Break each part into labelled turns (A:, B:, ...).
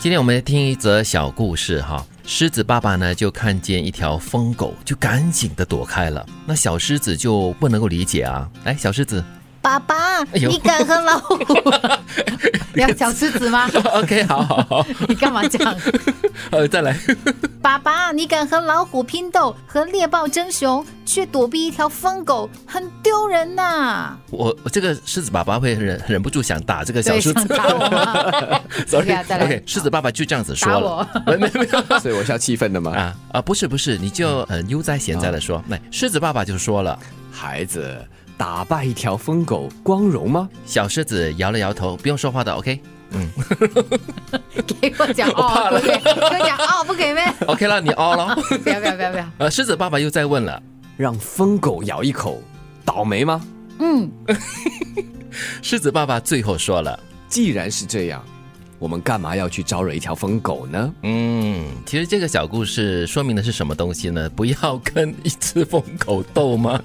A: 今天我们听一则小故事哈。狮子爸爸呢就看见一条疯狗，就赶紧的躲开了。那小狮子就不能够理解啊。来，小狮子
B: 爸爸，
A: 哎呦
B: 你敢和 老虎聊小狮子吗？
A: ，OK，好好好，
B: 你干嘛这样？
A: 呃，再来，
B: 爸爸，你敢和老虎拼斗，和猎豹争雄，却躲避一条疯狗，很丢人呐、
A: 我我这个狮子爸爸会忍忍不住想打这个小
B: 对，
A: 狮
B: 想
A: 子
B: 打我吗？
A: ，sorry，
B: 对啊再来
A: OK，狮子爸爸就这样子说
B: 打
A: 了，
B: 我？
A: 没没没有
C: 所以我是要气愤的嘛。
A: 啊啊，不是不是，你就很悠哉闲哉的说，来，狮子爸爸就说了，
C: 孩子，打败一条疯狗光荣吗？
A: 小狮子摇了摇头，不用说话的，OK。
B: 给我讲哦，不给，给我讲哦，不给呗？
A: OK 了，你凹了。
B: 不要不要不 要不要！
A: 呃，狮子爸爸又在问了，
C: 让疯狗咬一口，倒霉吗？
B: 嗯，
A: 狮子爸爸最后说了，
C: 既然是这样，我们干嘛要去招惹一条疯狗呢？
A: 嗯，其实这个小故事说明的是什么东西呢？不要跟一只疯狗斗吗？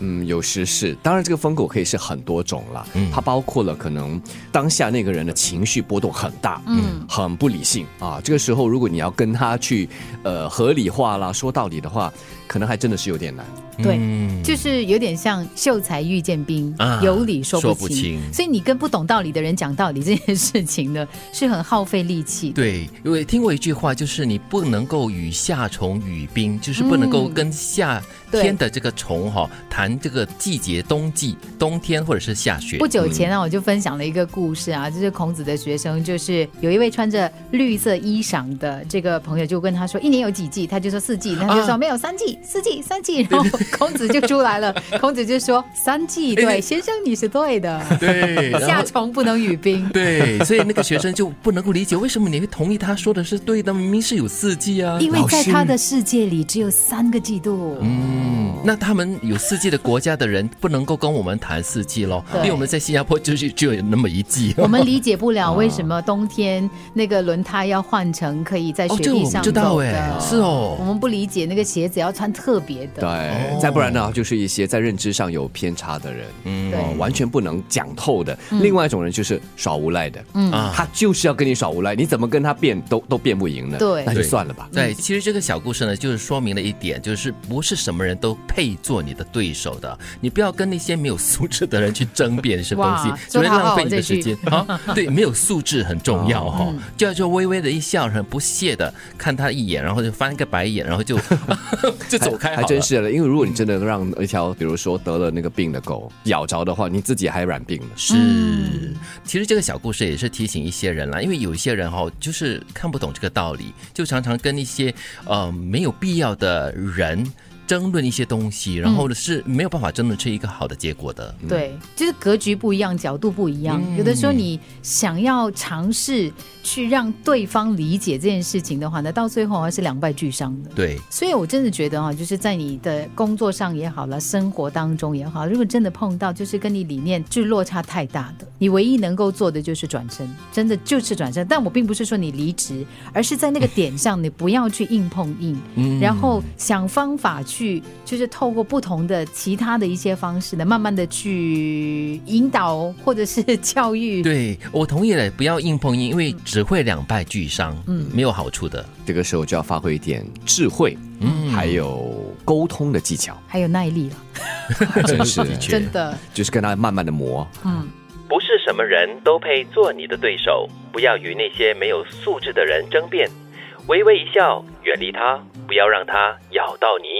C: 嗯，有时是，当然这个疯狗可以是很多种啦，
A: 嗯
C: 它包括了可能当下那个人的情绪波动很大，
B: 嗯
C: 很不理性啊。这个时候如果你要跟他去呃合理化啦、说道理的话，可能还真的是有点难。
B: 对
A: 嗯
B: 就是有点像秀才遇见兵，
A: 啊
B: 有理说不
A: 说不
B: 清。
A: 清
B: 所以你跟不懂道理的人讲道理这件事情呢，是很耗费力气的。
A: 对，因为听过一句话，就是你不能够与夏虫语冰，就是不能够
B: 嗯
A: 跟夏
B: 对
A: 天的这个虫哈、谈这个季节，冬季、冬天或者是下雪
B: 不。久
A: 嗯
B: 前呢，我就分享了一个故事啊，就是孔子的学生，就是有一位穿着绿色衣裳的这个朋友，就问他说一年有几季，他就说四季，那他就说
A: 啊
B: 没有三季，四季三季， 然后孔子就出来了，孔子就说三季，对，先生你是对的，
A: 对，哎 然
B: 夏
A: 后
B: 虫不能语 冰。
A: 对，所以那个学生就不能够理解为什么你会同意他说的是对的，明明是有四季啊。
B: 因为在
C: 老师
B: 他的世界里只有三个季度，
A: 嗯，那他们有四季的国家的人不能够跟我们谈四季咯，
B: 对
A: 因为我们在新加坡就是只有那么一季。
B: 我们理解不了为什么冬天那个轮胎要换成可以在
A: 哦
B: 雪，
A: 这个
B: 地
A: 我
B: 上
A: 不知道
B: 走
A: 哎、
B: 的，
A: 是
B: 我
A: 哦，
B: 们不理解那个鞋子要穿特别
C: 对，
B: 的，
C: 再不然呢，就是一些在认知上有偏差的人，
A: 嗯
B: 对
C: 哦，完全不能讲透的。另外一种人就是耍无赖的，
B: 嗯
A: 啊
C: 他就是要跟你耍无赖，你怎么跟他辩都都辩不赢呢？
B: 对
C: 那就算了吧。
A: 对，其实这个小故事呢，就是说明了一点，就是不是什么人都配做你的对手的，你不要跟那些没有素质的人去争辩什么东
B: 哇
A: 西，只会
B: 说得好
A: 浪
B: 好嗯
A: 费你的
B: 这
A: 时
B: 句
A: 间啊。 对，没有素质很重要哈、就要就微微的一笑，很不屑的看他一眼，然后就翻个白眼，然后就 就走开好
C: 还
A: 了。
C: 真是的，因为如果你真的让一条，比如说得了那个病的狗咬着的话，你自己还染病呢。
A: 是，其实这个小故事也是提醒一些人啦，因为有一些人哦，就是看不懂这个道理，就常常跟一些呃没有必要的人争论一些东西，然后呢是没有办法争论出一个好的结果的。
B: 对，就是格局不一样，角度不一样。有的时候你想要尝试去让对方理解这件事情的话呢，到最后还是两败俱伤的。
A: 对，
B: 所以，我真的觉得啊，就是在你的工作上也好了，生活当中也好，如果真的碰到就是跟你理念就落差太大的，你唯一能够做的就是转身，真的就是转身。但我并不是说你离职，而是在那个点上，你不要去硬碰硬，然后想方法去，就是透过不同的其他的一些方式呢，慢慢的去引导或者是教育。
A: 对我同意了，不要硬碰硬，因为只会两败俱伤，嗯，没有好处的。
C: 这个时候就要发挥一点智慧，嗯，还有沟通的技 巧，
B: 还有耐力了，
C: 还真是
A: 确
B: 真的，
C: 就是跟他慢慢的磨。
B: 嗯，
A: 不是什么人都配做你的对手，不要与那些没有素质的人争辩，微微一笑，远离他，不要让他咬到你。